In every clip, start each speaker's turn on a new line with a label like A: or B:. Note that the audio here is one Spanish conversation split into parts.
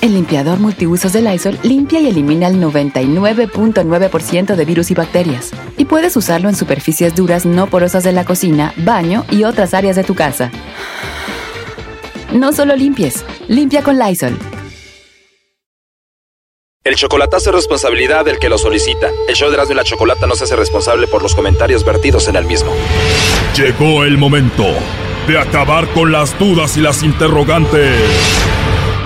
A: El limpiador multiusos de Lysol limpia y elimina el 99.9% de virus y bacterias. Y puedes usarlo en superficies duras no porosas de la cocina, baño y otras áreas de tu casa. No solo limpies, limpia con Lysol.
B: El chocolatazo es responsabilidad del que lo solicita. El show de Erasmo y la Chocolata no se hace responsable por los comentarios vertidos en el mismo.
C: Llegó el momento de acabar con las dudas y las interrogantes.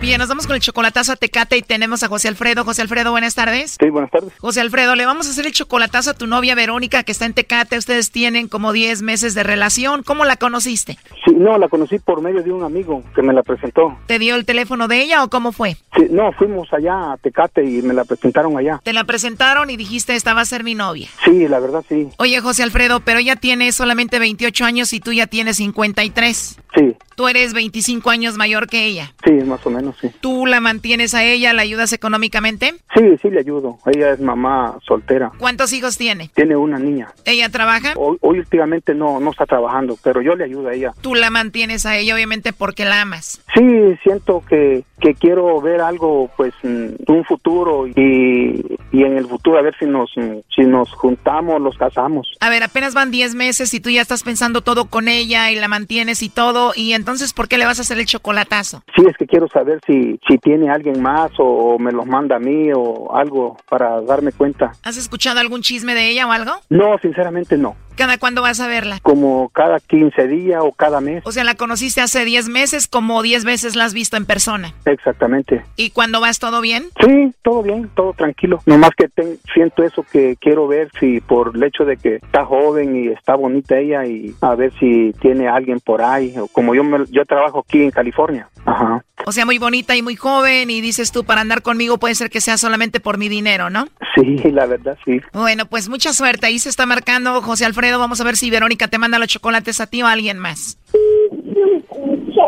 D: Bien, nos vamos con el chocolatazo a Tecate y tenemos a José Alfredo. José Alfredo, buenas tardes.
E: Sí, buenas tardes.
D: José Alfredo, le vamos a hacer el chocolatazo a tu novia Verónica que está en Tecate. Ustedes tienen como 10 meses de relación. ¿Cómo la conociste?
E: Sí, no, la conocí por medio de un amigo que me la presentó.
D: ¿Te dio el teléfono de ella o cómo fue?
E: Sí, no, fuimos allá a Tecate y me la presentaron allá.
D: Te la presentaron y dijiste, esta va a ser mi novia.
E: Sí, la verdad sí.
D: Oye, José Alfredo, pero ella tiene solamente 28 años y tú ya tienes 53.
E: Sí.
D: Tú eres 25 años mayor que ella.
E: Sí, más o menos, sí.
D: ¿Tú la mantienes a ella, la ayudas económicamente?
E: Sí, sí, le ayudo. Ella es mamá soltera.
D: ¿Cuántos hijos tiene?
E: Tiene una niña.
D: ¿Ella trabaja?
E: Hoy, hoy últimamente no, no está trabajando, pero yo le ayudo a ella.
D: Tú la mantienes a ella, obviamente, porque la amas.
E: Sí, siento que, que quiero ver algo, pues, un futuro y, y en el futuro a ver si nos, mm, si nos juntamos, los casamos.
D: A ver, apenas van 10 meses y tú ya estás pensando todo con ella y la mantienes y todo, y entonces, ¿por qué le vas a hacer el chocolatazo?
E: Sí, es que quiero saber si, si tiene alguien más o me los manda a mí o algo para darme cuenta.
D: ¿Has escuchado algún chisme de ella o algo?
E: No, sinceramente no.
D: ¿Cada cuándo vas a verla?
E: Como cada 15 días o cada mes.
D: O sea, la conociste hace 10 meses, como 10 veces la has visto en persona.
E: Exactamente.
D: ¿Y cuando vas todo bien?
E: Sí, todo bien, todo tranquilo. Nomás que ten, siento eso que quiero ver si por el hecho de que está joven y está bonita ella y a ver si tiene alguien por ahí. O como yo, me, yo trabajo aquí en California. Ajá.
D: O sea, muy bonita y muy joven y dices tú, para andar conmigo puede ser que sea solamente por mi dinero, ¿no?
E: Sí, la verdad, sí.
D: Bueno, pues mucha suerte. Ahí se está marcando José Alfredo. Vamos a ver si Verónica te manda los chocolates a ti o a alguien más.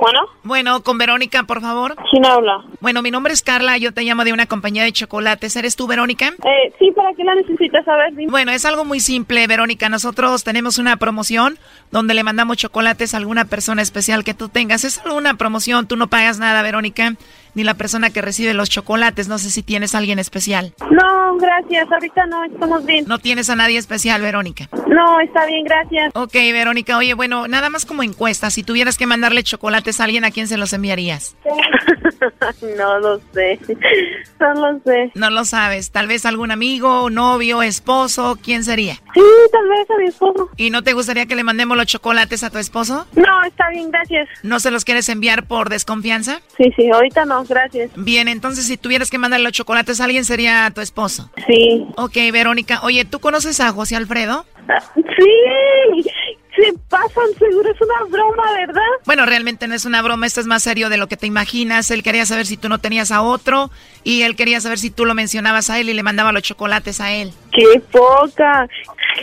F: Bueno.
D: Bueno, con Verónica, por favor.
F: ¿Quién habla?
D: Bueno, mi nombre es Carla, yo te llamo de una compañía de chocolates. ¿Eres tú, Verónica?
F: Eh, sí, ¿para qué la necesitas saber? Dime.
D: Bueno, es algo muy simple, Verónica. Nosotros tenemos una promoción donde le mandamos chocolates a alguna persona especial que tú tengas. Es solo una promoción, tú no pagas nada, Verónica ni la persona que recibe los chocolates. No sé si tienes a alguien especial.
F: No, gracias. Ahorita no, estamos bien.
D: No tienes a nadie especial, Verónica.
F: No, está bien, gracias.
D: Ok, Verónica. Oye, bueno, nada más como encuesta. Si tuvieras que mandarle chocolates a alguien, ¿a quién se los enviarías?
F: no lo sé. No lo sé.
D: No lo sabes. Tal vez algún amigo, novio, esposo. ¿Quién sería?
F: Sí, tal vez a mi esposo.
D: ¿Y no te gustaría que le mandemos los chocolates a tu esposo?
F: No, está bien, gracias.
D: ¿No se los quieres enviar por desconfianza?
F: Sí, sí, ahorita no gracias.
D: Bien, entonces si tuvieras que mandar los chocolates a alguien sería tu esposo.
F: Sí.
D: Ok, Verónica, oye, ¿tú conoces a José Alfredo?
F: Sí. Se pasan, seguro es una broma, ¿verdad?
D: Bueno, realmente no es una broma, esto es más serio de lo que te imaginas. Él quería saber si tú no tenías a otro y él quería saber si tú lo mencionabas a él y le mandaba los chocolates a él.
F: ¡Qué poca!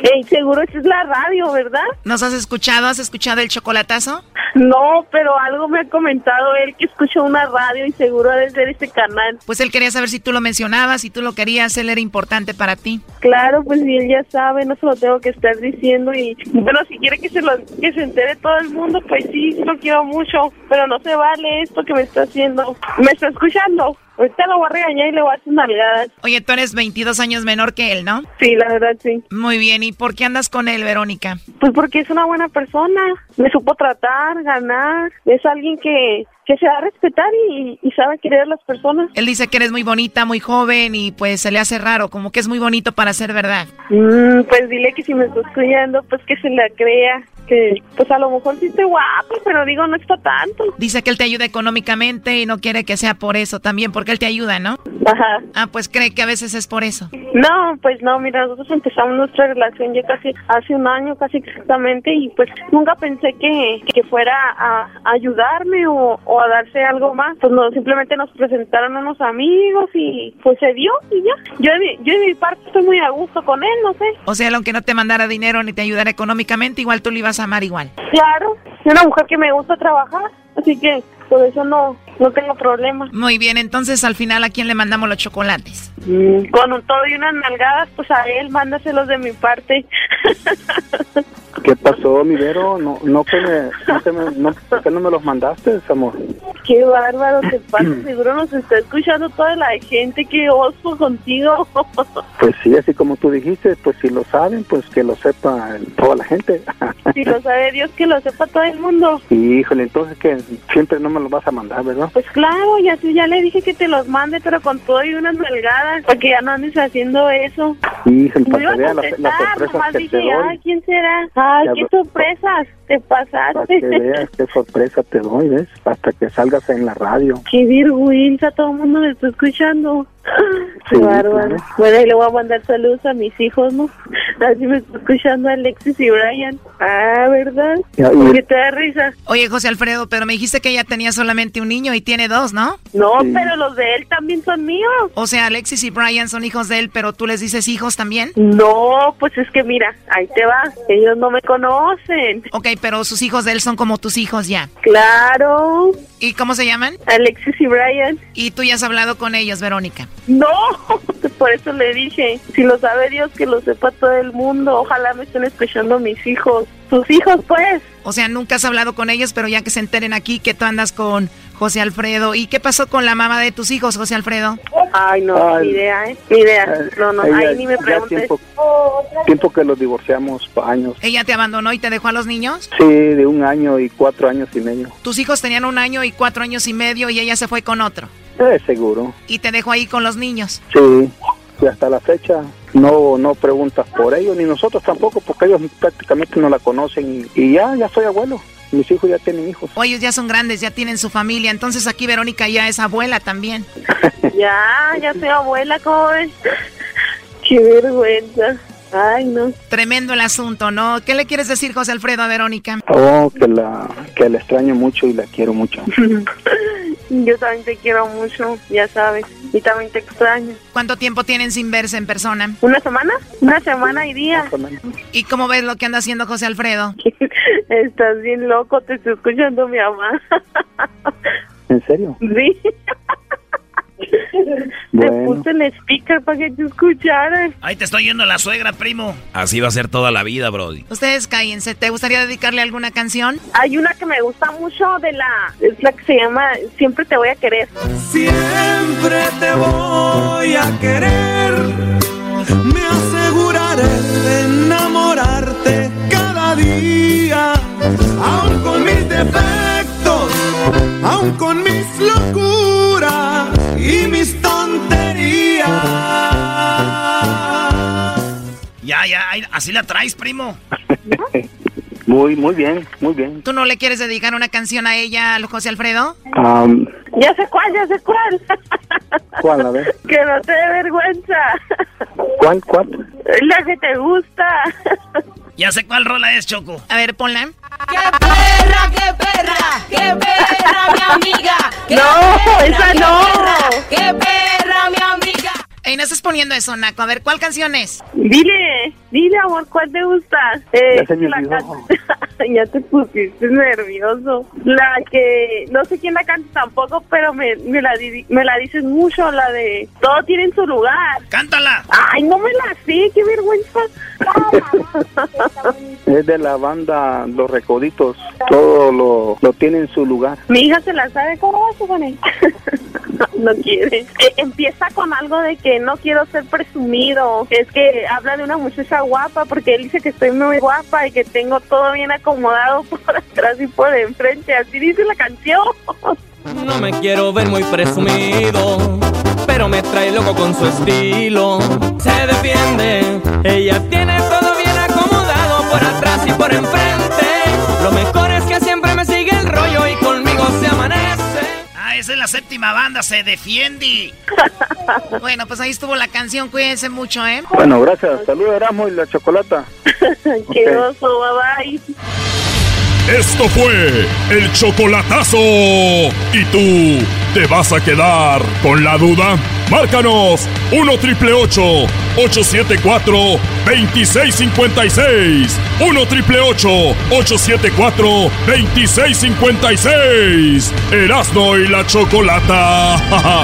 F: Hey, seguro esa es la radio, ¿verdad?
D: ¿Nos has escuchado? ¿Has escuchado el chocolatazo?
F: No, pero algo me ha comentado él que escuchó una radio y seguro debe ser este canal.
D: Pues él quería saber si tú lo mencionabas, si tú lo querías, él era importante para ti.
F: Claro, pues si él ya sabe, no se lo tengo que estar diciendo y bueno, si quiere que se lo que se entere todo el mundo, pues sí, lo quiero mucho, pero no se vale esto que me está haciendo. ¿Me está escuchando? Ahorita lo voy a regañar y le voy a hacer una mirada.
D: Oye, tú eres 22 años menor que él, ¿no?
F: Sí, la verdad, sí.
D: Muy bien, ¿y por qué andas con él, Verónica?
F: Pues porque es una buena persona, me supo tratar, ganar, es alguien que que se va a respetar y, y sabe querer a las personas.
D: Él dice que eres muy bonita, muy joven y pues se le hace raro, como que es muy bonito para ser verdad.
F: Mm, pues dile que si me está escuchando, pues que se la crea. Que pues a lo mejor sí esté guapo, pero digo, no está tanto.
D: Dice que él te ayuda económicamente y no quiere que sea por eso también, porque él te ayuda, ¿no?
F: Ajá.
D: Ah, pues cree que a veces es por eso.
F: No, pues no, mira, nosotros empezamos nuestra relación ya casi hace un año, casi exactamente, y pues nunca pensé que, que fuera a, a ayudarme o, o a darse algo más. Pues no, simplemente nos presentaron unos amigos y pues se dio y ya. Yo, de mi- yo de mi parte estoy muy a gusto con él, no sé.
D: O sea, él aunque no te mandara dinero ni te ayudara económicamente, igual tú lo ibas a amar igual.
F: Claro, soy una mujer que me gusta trabajar, así que por eso no, no tengo problema.
D: Muy bien, entonces al final a quién le mandamos los chocolates.
F: Con un todo y unas nalgadas, pues a él, mándaselos de mi parte.
E: ¿Qué pasó, mi Vero? No, no, que me, no, que me- no- ¿Por qué no me los mandaste, amor?
F: Qué bárbaro te pasa, seguro nos está escuchando toda la gente, qué oso contigo.
E: Pues sí, así como tú dijiste, pues si lo saben, pues que lo sepa toda la gente.
F: si lo sabe Dios, que lo sepa todo el mundo.
E: Híjole, entonces que siempre no me los vas a mandar, ¿verdad?
F: Pues claro, ya, sí, ya le dije que te los mande, pero con todo y unas nalgadas, porque ya no andes haciendo eso.
E: Híjole,
F: No
E: para
F: iba a
E: que vean las, las
F: contestar,
E: sorpresas
F: nomás
E: que te
F: dije, ay,
E: doy.
F: ¿quién será? Ay,
E: Ya
F: qué
E: lo-
F: sorpresas, te
E: Para que
F: pasaste.
E: veas qué sorpresa te doy, ¿ves? Hasta que salgas en la radio.
F: Qué vergüenza, todo el mundo me está escuchando. Qué
E: Sí,
F: bárbaro.
E: claro.
F: Bueno, y le voy a mandar saludos a mis hijos, ¿no? Así me está escuchando Alexis y Brian. Ah, ¿verdad?
E: Ya, y-
F: Porque te da risa.
D: Oye, José Alfredo, pero me dijiste que ella tenía solamente un niño y tiene dos, ¿no?
F: No,
E: Sí.
F: pero los de él también son míos.
D: O sea, Alexis y Brian son hijos de él, pero tú les dices hijos también.
F: No, pues es que mira, ahí te va. Ellos no me conocen.
D: Ok, pero sus hijos de él son como tus hijos ya.
F: Claro,
D: ¿Y cómo se llaman?
F: Alexis y Brian.
D: Y tú ya has hablado con ellos, Verónica.
F: No, por eso le dije, si lo sabe Dios, que lo sepa todo el mundo. Ojalá me estén escuchando mis hijos. Sus hijos, pues.
D: O sea, nunca has hablado con ellos, pero ya que se enteren aquí que tú andas con José Alfredo. ¿Y qué pasó con la mamá de tus hijos, José Alfredo?
F: Ay, no,
E: Ay.
F: ni idea, ¿eh? Ni idea.
E: eh,
F: No, no,
E: ella-
F: ahí ni me
E: ya
F: preguntes.
E: Tiempo, tiempo que los divorciamos, pa' años.
D: ¿Ella te abandonó y te dejó a los niños?
E: Sí, de un año y cuatro años y medio.
D: Tus hijos tenían un año y cuatro años y medio y ella se fue con otro.
E: Eh, seguro.
D: Y te dejó ahí con los niños.
E: Sí, y hasta la fecha no no preguntas por ellos, ni nosotros tampoco, porque ellos prácticamente no la conocen. Y, y ya, ya soy abuelo. Mis hijos ya tienen hijos.
D: O ellos ya son grandes, ya tienen su familia. Entonces aquí Verónica ya es abuela también.
F: Ya, ya soy abuela, ¿cómo ves? Qué vergüenza. Ay, no.
D: Tremendo el asunto, ¿no? ¿Qué le quieres decir, José Alfredo, a Verónica?
E: Oh, que la, que la extraño mucho y la quiero mucho.
F: Yo también te quiero mucho, ya sabes. Y también te extraño.
D: ¿Cuánto tiempo tienen sin verse en persona?
F: ¿Una semana? Una semana y día.
E: Más o menos.
D: ¿Y cómo ves lo que anda haciendo José Alfredo?
F: Estás bien loco, te está escuchando mi mamá.
E: ¿En serio?
F: Sí. Te
E: Bueno.
F: puse el speaker para que te escucharas.
G: Ahí te estoy yendo la suegra, primo. Así va a ser toda la vida, Brody.
D: Ustedes cállense. ¿Te gustaría dedicarle alguna canción?
F: Hay una que me gusta mucho de la... Es la que se llama Siempre te voy a querer.
H: Siempre te voy a querer. Me aseguraré de enamorarte cada día. Aun con mis defectos, aun con mis locuras y mis tonterías.
G: Ya, ya, ahí- así la traes, primo.
E: Muy, muy bien, muy bien.
D: ¿Tú no le quieres dedicar una canción a ella, al José Alfredo?
E: Am,
F: Ya sé cuál, ya sé cuál.
E: ¿Cuál? A ver.
F: que no te dé vergüenza.
E: ¿Cuál? ¿Cuál?
F: la que te gusta.
G: Ya sé cuál rola es,
I: Oh.
G: Choco.
D: A ver, ponla.
F: no, esa no.
D: Ey, no estás poniendo eso, Naco. A ver, ¿cuál canción es?
F: Dile, dile, amor, ¿cuál te gusta? Eh,
E: Ya se me
F: la
E: olvidó.
F: can- ya te pusiste nervioso. La que, no sé quién la canta tampoco, pero me, me, la, di- me la dices mucho, la de todo tiene en su lugar.
G: ¡Cántala!
F: Ay, no me la sé, qué vergüenza.
E: Es de la banda Los Recoditos. Todo lo, lo tiene en su lugar.
F: Mi hija se la sabe, ¿cómo vas a poner? no quiere. Eh, empieza con algo de que no quiero ser presumido. Es que habla de una muchacha guapa porque él dice que estoy muy guapa y que tengo todo bien acomodado por atrás y por enfrente. Así dice la canción.
H: No me quiero ver muy presumido, pero me trae loco con su estilo. Se defiende, ella tiene todo bien acomodado por atrás y por enfrente. Lo mejor es que siempre me sigue el rollo y conmigo se amanece.
I: Ah, esa es la séptima banda, se defiende.
D: Bueno, pues ahí estuvo la canción, cuídense mucho, ¿eh?
E: Bueno, gracias. Saludos, Erasmo y la chocolata.
F: Qué oso, bye bye.
J: Esto fue el chocolatazo. ¿Y tú te vas a quedar con la duda? Márcanos 1 triple 874 2656. 1 triple 874 2656. Erasno y la chocolata.